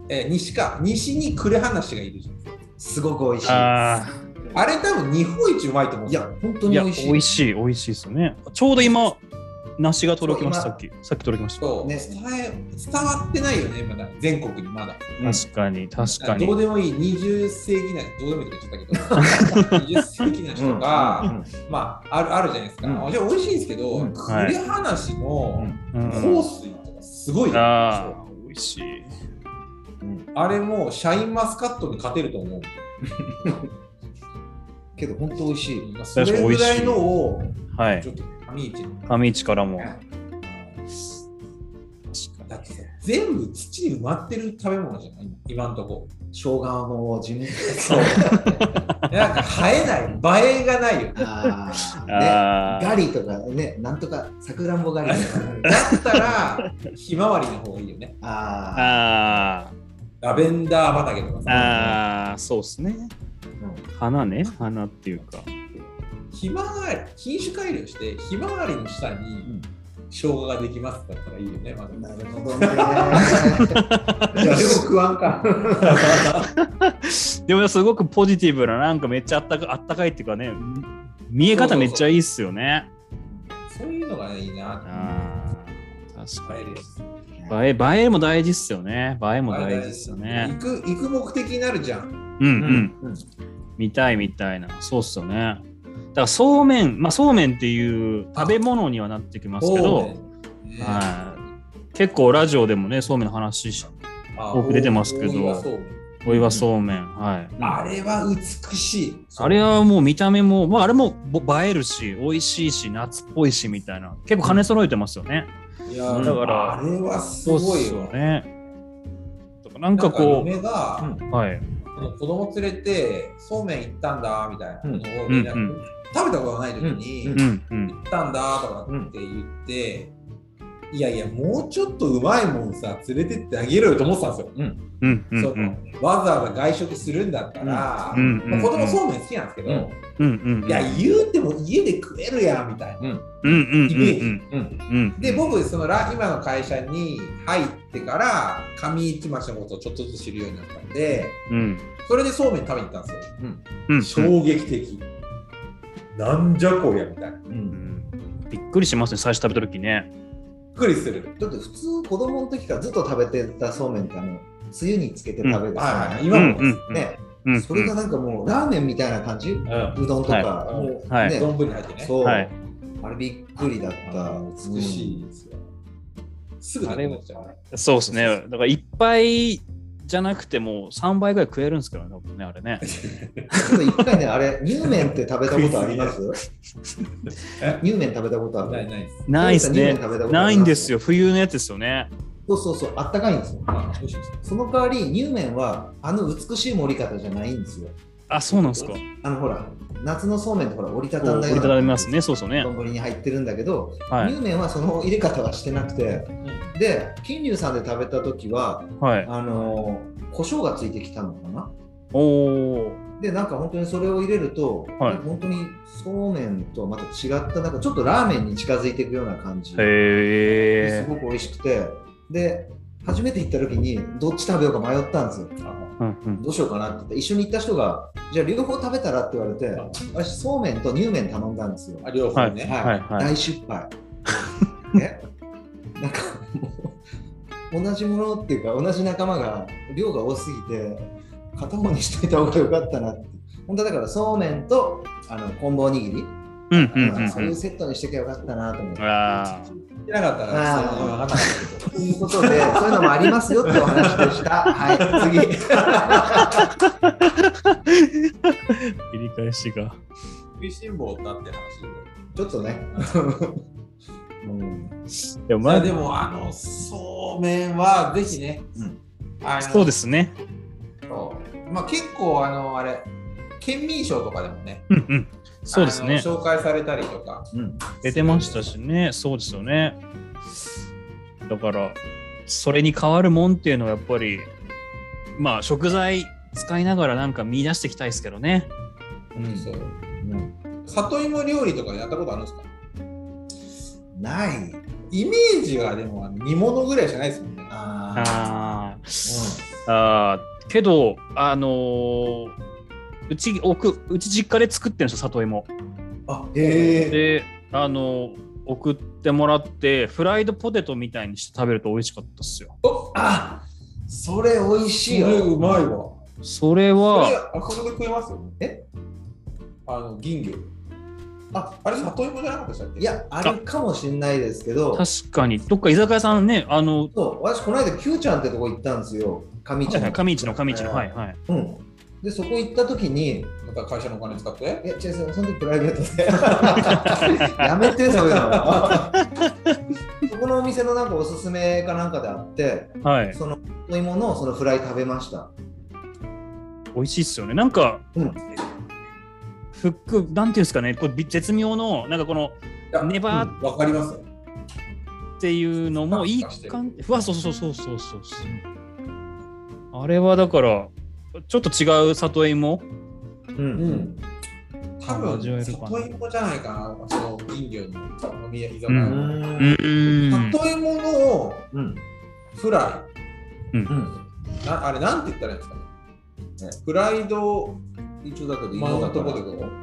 [SPEAKER 3] えー西か西に呉話がいるじゃん
[SPEAKER 1] すごく美味しい。
[SPEAKER 2] ああ、
[SPEAKER 3] あれ多分日本一うまいと思うん
[SPEAKER 1] い
[SPEAKER 3] です
[SPEAKER 1] や
[SPEAKER 3] よ、
[SPEAKER 1] 本当に
[SPEAKER 2] い
[SPEAKER 1] 美
[SPEAKER 2] や、
[SPEAKER 1] 味しい。
[SPEAKER 2] 美味しい、美味しいですよね。ちょうど今、梨が届きました、
[SPEAKER 1] そう
[SPEAKER 2] さっき。さっき届きまし
[SPEAKER 3] そう
[SPEAKER 1] ね
[SPEAKER 3] 伝え伝わってないよねまだ全国にまだ
[SPEAKER 1] うん
[SPEAKER 2] た。確かに、確か
[SPEAKER 3] ど
[SPEAKER 2] に
[SPEAKER 3] う。でもいい20世紀などうでもいいとか言っちゃった けど20世紀な人が、
[SPEAKER 1] うんうん
[SPEAKER 3] まああるあるじゃないですか、
[SPEAKER 1] うん
[SPEAKER 3] じゃあ美味しいんですけど、
[SPEAKER 1] うん
[SPEAKER 3] 呉話の、
[SPEAKER 1] うん
[SPEAKER 2] うん
[SPEAKER 3] 香水とかすごいよ
[SPEAKER 2] ああ、美味しい。
[SPEAKER 1] うん
[SPEAKER 3] あれもうシャインマスカットに勝てると思う。
[SPEAKER 1] けど本当美味しい。
[SPEAKER 3] それぐらいのを
[SPEAKER 2] はい
[SPEAKER 3] ち。ょっと紙一に。
[SPEAKER 2] 上市からも。
[SPEAKER 3] だってさ全部土に埋まってる食べ物じゃない今んとこ。
[SPEAKER 1] 生姜はもう地味で
[SPEAKER 3] そう。なんか生えない、映えがないよ。
[SPEAKER 1] あーね
[SPEAKER 2] ああ
[SPEAKER 1] ガリとかね、なんとかさくらんぼ狩りとか。
[SPEAKER 3] だったら、ひまわりの方がいいよね。
[SPEAKER 1] ああ。
[SPEAKER 2] あ
[SPEAKER 3] ラベンダー畑とか
[SPEAKER 2] あ、
[SPEAKER 3] さ。
[SPEAKER 2] ああ、そうですね。花ね、花っていうか。
[SPEAKER 3] ひまわり、品種改良して、ひまわりの下に
[SPEAKER 1] ん
[SPEAKER 3] 生姜ができますだったらいいよね、まだ。
[SPEAKER 1] なるほどね。 誰も食わんか。
[SPEAKER 2] でもすごくポジティブな、なんかめっちゃあったかあったかいっていうかね、見え方めっちゃいいっすよね。
[SPEAKER 3] そういうのがねいいな。
[SPEAKER 2] ああ確か
[SPEAKER 3] 映えです。
[SPEAKER 2] に。映え、映えも大事っすよね。映えも大事っすよ
[SPEAKER 3] 行
[SPEAKER 2] ね。
[SPEAKER 3] く行く目的になるじゃん。
[SPEAKER 2] うん
[SPEAKER 1] う
[SPEAKER 2] うん。見たいみたいな。そうっすよね。だからそうめん、まあそうめんっていう食べ物にはなってきますけど、
[SPEAKER 3] ね
[SPEAKER 2] はい結構ラジオでもね、そうめんの話し、
[SPEAKER 3] あ
[SPEAKER 2] 多く出てますけど
[SPEAKER 3] 大岩そうめん
[SPEAKER 2] お岩そうめん、はい。
[SPEAKER 3] あれは美しい。
[SPEAKER 2] あれはもう見た目も、まあ、あれもぼ映えるし、美味しいし、夏っぽいしみたいな、結構金揃えてますよね。
[SPEAKER 3] いや
[SPEAKER 1] うん
[SPEAKER 3] だ
[SPEAKER 1] だ
[SPEAKER 3] か
[SPEAKER 1] から
[SPEAKER 2] ら
[SPEAKER 3] あれはす
[SPEAKER 2] そうっ
[SPEAKER 3] ごい
[SPEAKER 2] す
[SPEAKER 3] よ
[SPEAKER 2] よ。ね。だからなんかこ
[SPEAKER 3] なんか嫁が、
[SPEAKER 2] う、はい。
[SPEAKER 3] この子供連れてそうめん行ったんだみたいなのを
[SPEAKER 2] うん
[SPEAKER 3] みんな、
[SPEAKER 2] うん
[SPEAKER 3] 食べたことがない時に、
[SPEAKER 1] うん
[SPEAKER 2] うんうん。
[SPEAKER 3] 行ったんだとかって言って、いやいやもうちょっとうまいもんさ連れてってあげろよと思ってたんですよ。
[SPEAKER 2] うんうん
[SPEAKER 3] そのわざわざ外食するんだったら、
[SPEAKER 2] うんうんうん
[SPEAKER 3] まあ子供そうめん好きなんですけど、
[SPEAKER 1] うん
[SPEAKER 2] うんうんうん
[SPEAKER 3] いや言うても家で食えるやんみたいな。
[SPEAKER 2] うんうんうん
[SPEAKER 3] イメージ
[SPEAKER 2] うんうん
[SPEAKER 3] で僕そのラ今の会社に入ってから上市町のことをちょっとずつ知るようになったんで
[SPEAKER 2] うん
[SPEAKER 3] それでそうめん食べに行ったんで
[SPEAKER 2] うん
[SPEAKER 3] すよ、衝撃的、なんじゃこりゃみたいなび
[SPEAKER 1] う
[SPEAKER 2] うんんびっくりしますね最初食べた時ね
[SPEAKER 3] っくりする
[SPEAKER 1] だって普通子供の時からずっと食べてたそうめんってあのつゆにつけて食べる
[SPEAKER 3] はいはい
[SPEAKER 1] さ、
[SPEAKER 3] 今も
[SPEAKER 2] うんうん
[SPEAKER 1] ね、
[SPEAKER 2] うんうん
[SPEAKER 1] それがなんかもうラーメンみたいな感じ、う
[SPEAKER 3] うん
[SPEAKER 1] どんとか、
[SPEAKER 3] はい
[SPEAKER 1] もう
[SPEAKER 2] はい
[SPEAKER 1] ね、
[SPEAKER 3] 丼、に入ってね
[SPEAKER 1] そう、
[SPEAKER 2] はい
[SPEAKER 1] あれびっくりだっ
[SPEAKER 3] あ
[SPEAKER 1] た
[SPEAKER 3] の美しいですよ、すぐ食べましたね
[SPEAKER 2] そうですねだからいっぱいじゃなくても3倍ぐらい食えるんですけどね多分ねあれね
[SPEAKER 1] ちょっと一回ねあれ乳麺って食べたことあります
[SPEAKER 3] え
[SPEAKER 1] 乳麺食べたことある
[SPEAKER 3] ないないです
[SPEAKER 2] ないです
[SPEAKER 1] 乳麺
[SPEAKER 2] ね
[SPEAKER 1] 食べたことあ
[SPEAKER 2] な
[SPEAKER 1] ります
[SPEAKER 2] いんですよ冬のやつですよね
[SPEAKER 1] そうそうそうあったかいんですよ
[SPEAKER 3] あ美味しいです
[SPEAKER 1] その代わり乳麺はあの美しい盛り方じゃないんですよ
[SPEAKER 2] あそうなんですか
[SPEAKER 1] あのほら夏のそうめんってほら折りたたん
[SPEAKER 2] 折
[SPEAKER 1] だ
[SPEAKER 2] り
[SPEAKER 1] よう
[SPEAKER 2] たた
[SPEAKER 1] な
[SPEAKER 2] みますねそうそうね
[SPEAKER 1] 丼に入ってるんだけど、
[SPEAKER 2] はい
[SPEAKER 1] 乳麺はその入れ方はしてなくてで金龍さんで食べた時は
[SPEAKER 2] はい
[SPEAKER 1] あのー胡椒がついてきたのかな
[SPEAKER 2] おお
[SPEAKER 1] でなんか本当にそれを入れると、
[SPEAKER 2] は
[SPEAKER 1] な
[SPEAKER 2] い
[SPEAKER 1] んか本当にそうめんとはまた違ったなんかちょっとラーメンに近づいていくような感じです
[SPEAKER 2] へえ
[SPEAKER 1] ごく美味しくてで初めて行った時にどっち食べようか迷ったんですよ
[SPEAKER 3] あ
[SPEAKER 2] うんうん
[SPEAKER 1] どうしようかなって言って一緒に行った人がじゃあ両方食べたらって言われて私そうめんと乳麺頼んだんですよ、
[SPEAKER 3] あ両方ね、
[SPEAKER 2] はいはいはい
[SPEAKER 1] 大失 敗ねなんかもう同じものっていうか同じ仲間が量が多すぎて片方にしといた方が良かったなって本当はだからそうめんとあの昆布おにぎり、
[SPEAKER 2] うんうんう
[SPEAKER 1] そうい
[SPEAKER 2] ん
[SPEAKER 1] うセットにしてけばよかったなと思って
[SPEAKER 2] うん。あ
[SPEAKER 3] いなかったら、
[SPEAKER 1] あー
[SPEAKER 3] その分かんなかったけど
[SPEAKER 1] ということで、そういうのもありますよってお話でした。はい、次。
[SPEAKER 2] あ、切り返しが。
[SPEAKER 3] 食いしん坊だって話で。
[SPEAKER 1] ちょっとね。うん、
[SPEAKER 2] いや、
[SPEAKER 3] ま
[SPEAKER 2] ま
[SPEAKER 3] あ
[SPEAKER 2] あ、
[SPEAKER 3] でも、あの、そうめんはぜひね、
[SPEAKER 1] うん
[SPEAKER 3] あの
[SPEAKER 2] そうですね。
[SPEAKER 3] そうまあ結構、あの、あれ、県民賞とかでもね、
[SPEAKER 2] うんうん。そうですね
[SPEAKER 3] あ。の紹介されたりとか、
[SPEAKER 1] うん、
[SPEAKER 2] 出てましたしね。そうですよね。だから、それに変わるもんっていうのはやっぱり、まあ、食材使いながらなんか見出していきたいですけどね。うん
[SPEAKER 3] そう
[SPEAKER 1] うん
[SPEAKER 3] 里芋料理とかやったことあるんですか
[SPEAKER 1] ない。
[SPEAKER 3] イメージはでもあの煮物ぐらいしかないですもんね。
[SPEAKER 1] あ
[SPEAKER 2] あー
[SPEAKER 1] ー
[SPEAKER 2] あーけど、あのーうち奥うち実家で作ってるんですよ里芋
[SPEAKER 3] あ
[SPEAKER 1] うん、え
[SPEAKER 2] であのー送ってもらってフライドポテトみたいにして食べると美味しかったっすよ
[SPEAKER 1] あ、それ美味しい
[SPEAKER 3] これ
[SPEAKER 1] よ。
[SPEAKER 3] うまいわ。
[SPEAKER 2] それ
[SPEAKER 3] これ
[SPEAKER 2] は
[SPEAKER 3] あそこで食えますよ。
[SPEAKER 1] え
[SPEAKER 3] あの銀魚。ああれ里芋じゃなかったでしたっけ
[SPEAKER 1] いや、あるかもしれないですけど、
[SPEAKER 2] 確かにどっか居酒屋さんねあの
[SPEAKER 1] そう私、この間、キューちゃんってとこ行ったんですよ。上市の。
[SPEAKER 2] 上市の上市の
[SPEAKER 1] うん
[SPEAKER 2] はいはい
[SPEAKER 1] うん。で、そこ行った時に、
[SPEAKER 3] また会社のお金使って。
[SPEAKER 1] いや、違う、その時プライベ ートで。やめて、そういうの。 そこのお店のなんかおすすめかなんかであって、
[SPEAKER 2] はい
[SPEAKER 1] そのお芋のそのフライ食べました。
[SPEAKER 2] 美味しいっすよねなんか、
[SPEAKER 1] うん
[SPEAKER 2] ふっくなんていうんですかねこれび絶妙のなんかこの
[SPEAKER 3] いや
[SPEAKER 2] ネバーっ
[SPEAKER 3] わかりますよ。
[SPEAKER 2] ていうのもいい感じ。うわ、そうそうそうそうそうそう。あれはだから、ちょっと違う里芋。
[SPEAKER 1] う。
[SPEAKER 3] うんん。多
[SPEAKER 2] 味わえる
[SPEAKER 3] 分
[SPEAKER 2] かな
[SPEAKER 3] 里芋じゃないかな。その銀魚の飲み屋居酒
[SPEAKER 2] う
[SPEAKER 1] う
[SPEAKER 3] 屋
[SPEAKER 1] ん
[SPEAKER 3] の。
[SPEAKER 2] うーん。
[SPEAKER 3] 里芋の
[SPEAKER 1] うん。
[SPEAKER 3] フラ
[SPEAKER 1] うん。
[SPEAKER 3] イ。なあれなんて言ったらいいんですかね。フライド
[SPEAKER 1] 一応だけど、
[SPEAKER 3] マ
[SPEAKER 1] 芋
[SPEAKER 3] ウ
[SPEAKER 1] だ
[SPEAKER 3] ン
[SPEAKER 1] か
[SPEAKER 3] トポ
[SPEAKER 1] ら
[SPEAKER 3] テ。ト。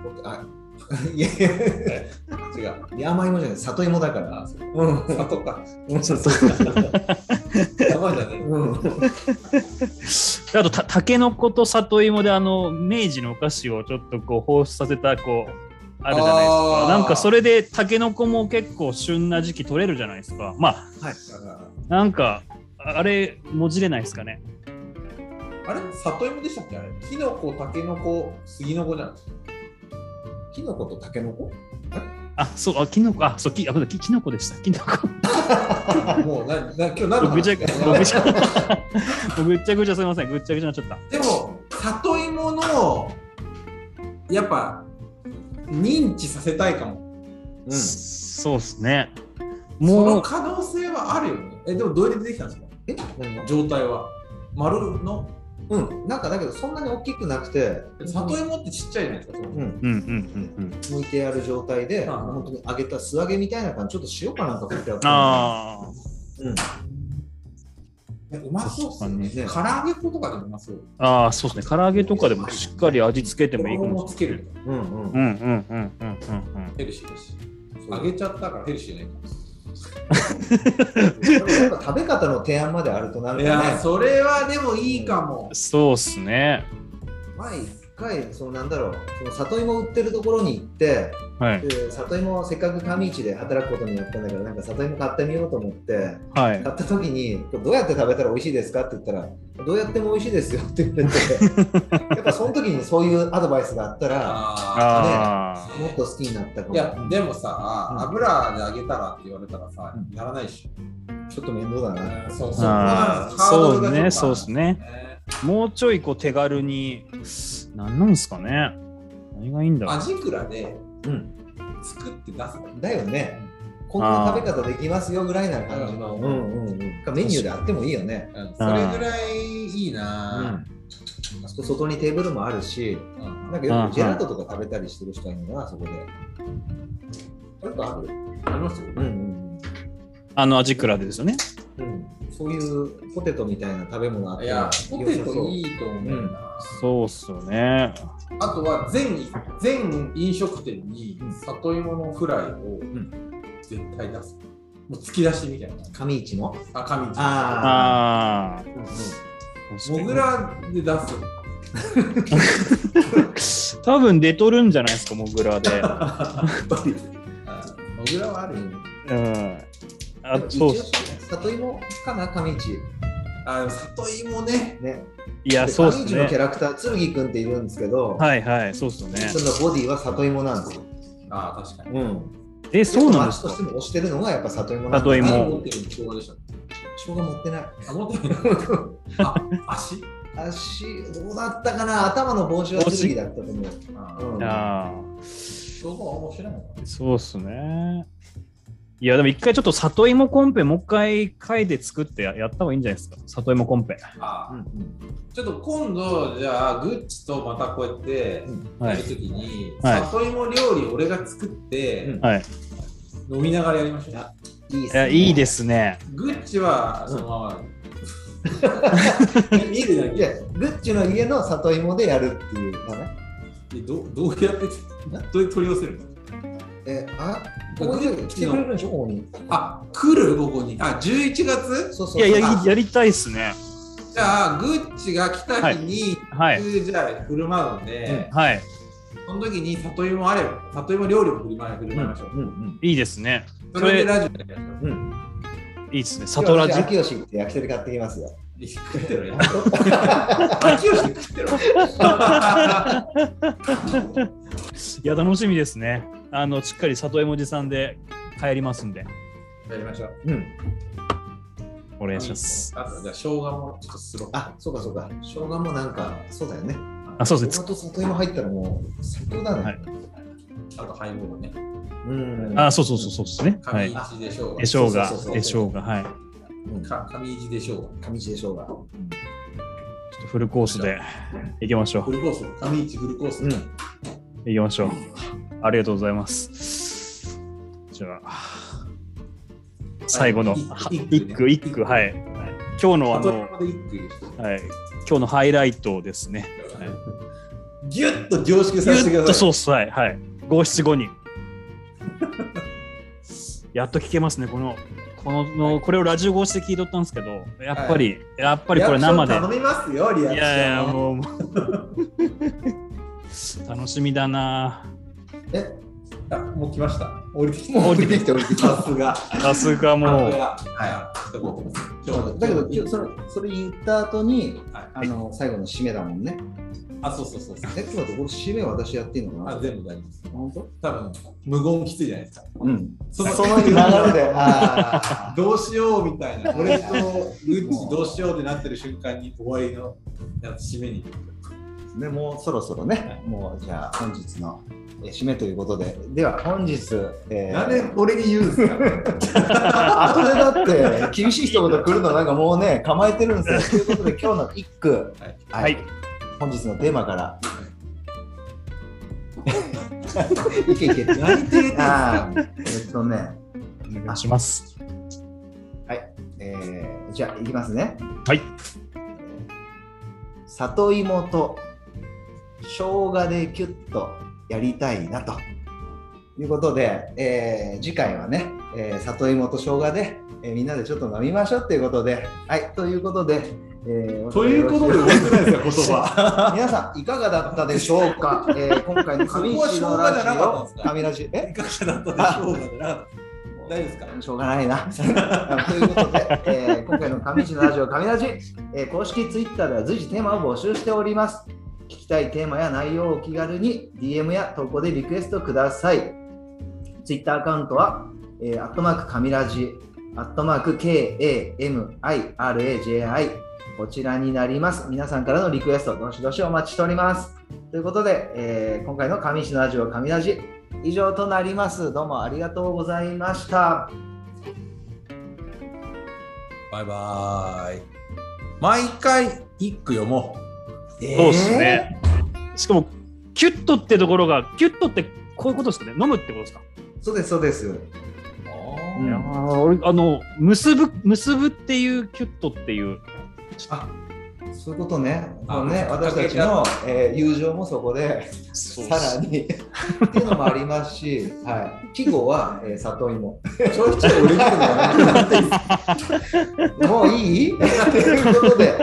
[SPEAKER 1] いやいや
[SPEAKER 3] 違う。
[SPEAKER 1] いや、甘い芋じゃない、里芋だから。うん。
[SPEAKER 3] 里か。
[SPEAKER 1] そうそう。
[SPEAKER 3] 山じゃねえ。
[SPEAKER 1] うん。
[SPEAKER 2] あとた、たけのこと里芋で、あの、明治のお菓子をちょっとこう、放出させた、こう、あるじゃないですか。
[SPEAKER 3] あー
[SPEAKER 2] なんか、それで、たけのこも結構、旬な時期取れるじゃないですか。まあ、なんか、あれ、もじれないですかね。
[SPEAKER 3] あれ里芋でしたっけあれキノコ、タケノコ、スギノコじゃん。
[SPEAKER 1] キノコとタケノコ
[SPEAKER 2] あ、そう、あ、きのこ、あ、そう、き、あ、ききのこでした。きの こ。
[SPEAKER 3] もうなな今日何の
[SPEAKER 2] ぐ
[SPEAKER 3] 話
[SPEAKER 2] ちゃ
[SPEAKER 3] だ
[SPEAKER 2] ぐ
[SPEAKER 3] っ
[SPEAKER 2] ち
[SPEAKER 3] け
[SPEAKER 2] ゃ。ぐちゃぐちゃぐちゃ、すみません。ぐちゃぐちゃになっちゃった。
[SPEAKER 3] でも、里芋の、やっぱ、認知させたいかも。
[SPEAKER 1] う
[SPEAKER 2] そうですね。
[SPEAKER 3] そ
[SPEAKER 2] も
[SPEAKER 3] の
[SPEAKER 2] う
[SPEAKER 3] 可能性はあるよね。え、でもどうやってできたんですか
[SPEAKER 1] ん。え何が
[SPEAKER 3] 状態は。丸の
[SPEAKER 1] うん。なんかだけど、そんなに大きくなくて、
[SPEAKER 3] 里芋ってちっちゃいじゃないですか。
[SPEAKER 1] うん。
[SPEAKER 2] うんうんうんうん。
[SPEAKER 1] 剥いてある状態で、
[SPEAKER 3] うん
[SPEAKER 1] 本当に揚げた素揚げみたいな感じ、ちょっと塩かなんか振ってあった
[SPEAKER 2] あ
[SPEAKER 3] えうまそうっすよね。
[SPEAKER 1] そうっす
[SPEAKER 3] 唐揚げ粉とかでもうまそう。
[SPEAKER 2] あ、ああ、そうですね。唐揚げとかでもしっかり味付けてもいいか
[SPEAKER 3] 衣
[SPEAKER 2] も
[SPEAKER 3] もつ
[SPEAKER 2] し
[SPEAKER 3] け
[SPEAKER 2] れない
[SPEAKER 3] る。。
[SPEAKER 1] うんうん
[SPEAKER 2] う。んうんうんうんうん
[SPEAKER 3] ヘルシーだし。
[SPEAKER 1] そう
[SPEAKER 3] 揚げちゃったからヘルシーじゃないか。
[SPEAKER 1] それやっぱ食べ方の提案まであるとなる
[SPEAKER 3] い
[SPEAKER 1] とね、
[SPEAKER 3] やーそれはでもいいかも
[SPEAKER 2] うん。。そうっすね。
[SPEAKER 1] 前一回、そのなんだろう、その里芋売ってるところに行って、
[SPEAKER 2] はい
[SPEAKER 1] で里芋をせっかく上市で働くことになったんだから、なんか里芋買ってみようと思って、
[SPEAKER 2] は
[SPEAKER 1] 買
[SPEAKER 2] い。
[SPEAKER 1] った時に、これどうやって食べたら美味しいですかって言ったら、どうやっても美味しいですよって言わ れて、やっぱその時にそういうアドバイスがあったら、
[SPEAKER 3] あ
[SPEAKER 2] あ
[SPEAKER 1] もっと好きになったか
[SPEAKER 3] ー
[SPEAKER 1] も。
[SPEAKER 3] いやでもさ、
[SPEAKER 1] うん
[SPEAKER 3] 油で揚げたらって言われたらさ、
[SPEAKER 1] うん
[SPEAKER 3] やらないでし
[SPEAKER 1] ちょっと面倒だ
[SPEAKER 3] ょ。
[SPEAKER 1] な。
[SPEAKER 3] そう
[SPEAKER 2] あ。
[SPEAKER 3] そう。
[SPEAKER 2] ああ、
[SPEAKER 3] ハード
[SPEAKER 2] そ
[SPEAKER 3] ルが
[SPEAKER 2] う
[SPEAKER 3] ちょっとある
[SPEAKER 2] ね。そうっすね。
[SPEAKER 3] ね。
[SPEAKER 2] もうちょいこう手軽に。なんなんですかね。何がいいんだろう。
[SPEAKER 3] 味蔵で
[SPEAKER 1] うん
[SPEAKER 3] 作って出すだけ。
[SPEAKER 1] だよね。こんな食べ方できますよぐらいな感じの、
[SPEAKER 3] あー
[SPEAKER 1] うんうんうん、かメニューであってもいいよね。、
[SPEAKER 3] うんそれぐらいいいうなん
[SPEAKER 1] あそこ外にテーブルもあるし、
[SPEAKER 3] ぁ。うん
[SPEAKER 1] なんかよくジェラートとか食べたりしてる人がいるのかな、そこで。
[SPEAKER 3] なんかあるありますよ
[SPEAKER 1] うんうん
[SPEAKER 2] あの味比べですよね。
[SPEAKER 1] うんうんそういうポテトみたいな食べ物あっ
[SPEAKER 3] い
[SPEAKER 1] た
[SPEAKER 3] や
[SPEAKER 1] ら、
[SPEAKER 3] ポテト
[SPEAKER 1] い。
[SPEAKER 3] いいと思うな。
[SPEAKER 2] そうっすよね。
[SPEAKER 3] あとは全全飲食店に里芋のフライを絶対出す。もう突き出しみたいな。
[SPEAKER 1] 上市の
[SPEAKER 3] あ、紙一
[SPEAKER 1] あ
[SPEAKER 2] ああ。
[SPEAKER 3] モグラで出す。
[SPEAKER 2] 多分出とるんじゃないですか、モグラで。
[SPEAKER 3] あモグラはあるよね。
[SPEAKER 2] うん。あ、そうっ
[SPEAKER 1] 一
[SPEAKER 2] す。
[SPEAKER 1] 応里芋かな、上市。
[SPEAKER 3] あ、でも里芋ね。
[SPEAKER 1] ね。
[SPEAKER 2] いや、
[SPEAKER 1] で
[SPEAKER 2] そうっす
[SPEAKER 1] 上市のキャ
[SPEAKER 2] ね。
[SPEAKER 1] ラクター、剣くんっているんですけど、
[SPEAKER 2] はいはい、そうっすよね。
[SPEAKER 1] そのボディは里芋なんですよ。
[SPEAKER 3] あ、確かに。
[SPEAKER 1] うん。
[SPEAKER 2] え、そうなんです
[SPEAKER 1] マッチとして
[SPEAKER 2] か
[SPEAKER 1] も推してるのがやっぱ里芋なんです
[SPEAKER 2] 里芋
[SPEAKER 3] 何持ってるの動画でしょ。
[SPEAKER 1] 生姜持ってない。
[SPEAKER 3] あ、持ってるあ、足
[SPEAKER 1] 足、どうだったかな頭の帽子は剣だったと思う。
[SPEAKER 3] あ
[SPEAKER 1] うん
[SPEAKER 2] ああ。
[SPEAKER 3] そこは面白いのか
[SPEAKER 2] そうっすね。いや、でも一回ちょっと里芋コンペ、もう一回回で作ってややった方がいいんじゃないですか。里芋コンペ。
[SPEAKER 3] な。あ
[SPEAKER 1] うんうん
[SPEAKER 3] ちょっと今度、じゃあ、グッチとまたこうやって
[SPEAKER 2] は
[SPEAKER 3] やる
[SPEAKER 2] い。
[SPEAKER 3] ときに、
[SPEAKER 2] はい
[SPEAKER 3] 里芋料理俺が作って、
[SPEAKER 1] うん
[SPEAKER 2] はい、
[SPEAKER 3] 飲みながらやりましょう。
[SPEAKER 1] いいっ
[SPEAKER 2] いやいいですね。
[SPEAKER 3] グッチはそのまま。見るだ
[SPEAKER 1] いや、グッチの家の里芋でやるっていうかね。
[SPEAKER 3] け。どどうやってどうやって取り寄せるの
[SPEAKER 1] え、あ、
[SPEAKER 3] グ
[SPEAKER 1] ここで
[SPEAKER 3] ッ
[SPEAKER 1] 来
[SPEAKER 3] チ
[SPEAKER 1] てくれる
[SPEAKER 3] の
[SPEAKER 1] んでしょ、ここに。
[SPEAKER 3] あ、来るここに。あ、11月
[SPEAKER 1] そうそう
[SPEAKER 2] いやいや
[SPEAKER 1] あ
[SPEAKER 2] やりたいっすね。
[SPEAKER 3] じゃあ、グッチが来た日に、
[SPEAKER 2] はい
[SPEAKER 3] じゃあ振る舞うので、
[SPEAKER 2] はい
[SPEAKER 3] その時に里芋あれば、里芋料理を振る舞い振る舞いましょう。
[SPEAKER 1] うんうん
[SPEAKER 2] いいですね。
[SPEAKER 3] それでラジオでやりましょう。
[SPEAKER 1] うん。
[SPEAKER 2] いいですね。里
[SPEAKER 1] 里
[SPEAKER 2] ラ
[SPEAKER 1] ラジ
[SPEAKER 2] ジ
[SPEAKER 1] オ。。秋吉って焼き鳥買ってきますよ。
[SPEAKER 3] 食ってろよ。秋吉で食ってろよ。
[SPEAKER 2] いや楽しみですね。あのしっかり里芋じさんで帰りますんで
[SPEAKER 3] やりましょう。
[SPEAKER 1] うん。
[SPEAKER 2] お願いします。
[SPEAKER 3] あとじゃあ生姜もちょっとスロー。
[SPEAKER 1] あ、そうかそうか。生姜もなんか、そうだよね。
[SPEAKER 2] あそうです
[SPEAKER 1] 生姜と里芋入ったらもう、最高だね。
[SPEAKER 2] はい
[SPEAKER 3] あと配合もね。
[SPEAKER 1] うん。
[SPEAKER 2] あそうそうそうそうですね。は
[SPEAKER 3] 紙
[SPEAKER 2] い。
[SPEAKER 3] 一でしょうが。
[SPEAKER 2] でしょう
[SPEAKER 1] そ
[SPEAKER 2] が
[SPEAKER 1] うそうそうそう
[SPEAKER 2] でしょうがはい。ちょ
[SPEAKER 1] うん
[SPEAKER 3] か紙一でしょうが。
[SPEAKER 1] 上地でしょうが。
[SPEAKER 2] っとフルコースで行きましょう
[SPEAKER 3] フ。ルコース、紙一フルコース。
[SPEAKER 1] うん。
[SPEAKER 2] 行きましょう。ありがとうございます。じゃあ、最後の
[SPEAKER 3] 一
[SPEAKER 2] は
[SPEAKER 3] 句ね
[SPEAKER 2] 一句、一句、はい。今日のあ
[SPEAKER 3] 里
[SPEAKER 2] の、
[SPEAKER 3] 芋で一句言う人
[SPEAKER 2] はい、今日のハイライトですね。はい
[SPEAKER 3] ギュッと凝縮
[SPEAKER 2] ぎ
[SPEAKER 3] させて
[SPEAKER 2] ゅっ
[SPEAKER 3] く
[SPEAKER 2] と
[SPEAKER 3] ださ
[SPEAKER 2] そ
[SPEAKER 3] い。
[SPEAKER 2] うっす、はい、はい。五七五に。やっと聞けますね、この、この、のこれをラジオ越しで聞いとったんですけど、やっぱり、やっぱりこれ生で。
[SPEAKER 3] リアクション頼みますよ、リア
[SPEAKER 2] い
[SPEAKER 3] クション。
[SPEAKER 2] やいや、もう、もう 楽しみだな。
[SPEAKER 1] え、
[SPEAKER 3] あもう来ました。降りてきた。
[SPEAKER 1] もう降りてきて降りてきて。
[SPEAKER 3] さすが。
[SPEAKER 2] さすがも
[SPEAKER 3] さ
[SPEAKER 2] う
[SPEAKER 3] す。がはい。
[SPEAKER 1] だけど、今日それそれ言った後に、
[SPEAKER 3] は
[SPEAKER 1] あ
[SPEAKER 3] い
[SPEAKER 1] の、最後の締めだもんね。
[SPEAKER 3] あ、そうそうそうそう。
[SPEAKER 1] え、ちょっと待って、これ締め私やっていいのか
[SPEAKER 3] あ、
[SPEAKER 1] な
[SPEAKER 3] 全部大丈夫です。
[SPEAKER 1] 本当
[SPEAKER 3] 多分無言きついじゃないですか。
[SPEAKER 1] うん。
[SPEAKER 3] そ
[SPEAKER 1] その 流れで、あー
[SPEAKER 3] どうしようみたいな、俺とグッチどうしようってなってる瞬間に終わりのやつ締めに。
[SPEAKER 1] ね、もうそろそろね、もうじゃあ本日のえー締めということで、では本日、えー
[SPEAKER 3] なんで俺に言うんですか
[SPEAKER 1] 後でだって厳しい一言来るのなんかもうね、構えてるんですよ。ということで今日の一句、
[SPEAKER 3] はい
[SPEAKER 2] はい
[SPEAKER 1] 本日のテーマから。 いけいけ。
[SPEAKER 3] 何て言ってんすか
[SPEAKER 1] あーえっとね、
[SPEAKER 2] お願いします。
[SPEAKER 1] えーじゃあいきますね。
[SPEAKER 2] はい。
[SPEAKER 1] 里芋と生姜でキュッとやりたいなということで、えー次回はね、えー里芋と生姜で、えーみんなでちょっと飲みましょうということではいということで、えー
[SPEAKER 3] ということで終わってないですか、 言葉。
[SPEAKER 1] 皆さんいかがだったでしょう か、えー今回の
[SPEAKER 3] そ
[SPEAKER 1] 上
[SPEAKER 3] こは
[SPEAKER 1] 市のラ
[SPEAKER 3] 生姜じゃなかったんです
[SPEAKER 1] ジオ
[SPEAKER 3] か
[SPEAKER 1] 上ラジえ
[SPEAKER 3] いかがだったでしょう かじゃなかった大丈夫ですか
[SPEAKER 1] しょうがないな。ということで、えー今回の上市のラジオ上ラジ、えー公式ツイッターでは随時テーマを募集しております。聞きたいテーマや内容をお気軽に DM や投稿でリクエストください。ツイッターアカウントは、えー、アットマーク上ラジ、アットマーク KAMIRAJI、こちらになります。皆さんからのリクエスト、どしどしお待ちしております。ということで、えー今回の上市のラジオ上ラジ、以上となります。どうもありがとうございました。
[SPEAKER 3] バイバーイ。毎回一句読も
[SPEAKER 1] え
[SPEAKER 2] そうですね。しかも、キュッとってところが、キュッとってこういうことですかね。飲むってことですか。
[SPEAKER 1] ー。そうです、そうです。
[SPEAKER 3] う。
[SPEAKER 1] うん
[SPEAKER 2] いやー俺あの結ぶ結ぶっていうキュットっていう
[SPEAKER 1] あそういうことね。
[SPEAKER 3] あ
[SPEAKER 1] あのね
[SPEAKER 3] きっかけ
[SPEAKER 1] 私たちの、えー友情もそこで
[SPEAKER 2] そう
[SPEAKER 1] さらにっていうのもありますし、はい、季語は、えー里 芋。
[SPEAKER 3] 消費地を売り切るのはなくなっていいです
[SPEAKER 1] もういい ということで、は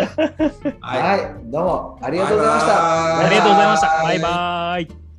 [SPEAKER 1] い、どうもありがとうございました。
[SPEAKER 3] はい
[SPEAKER 2] ありがとうございましたバイバーイ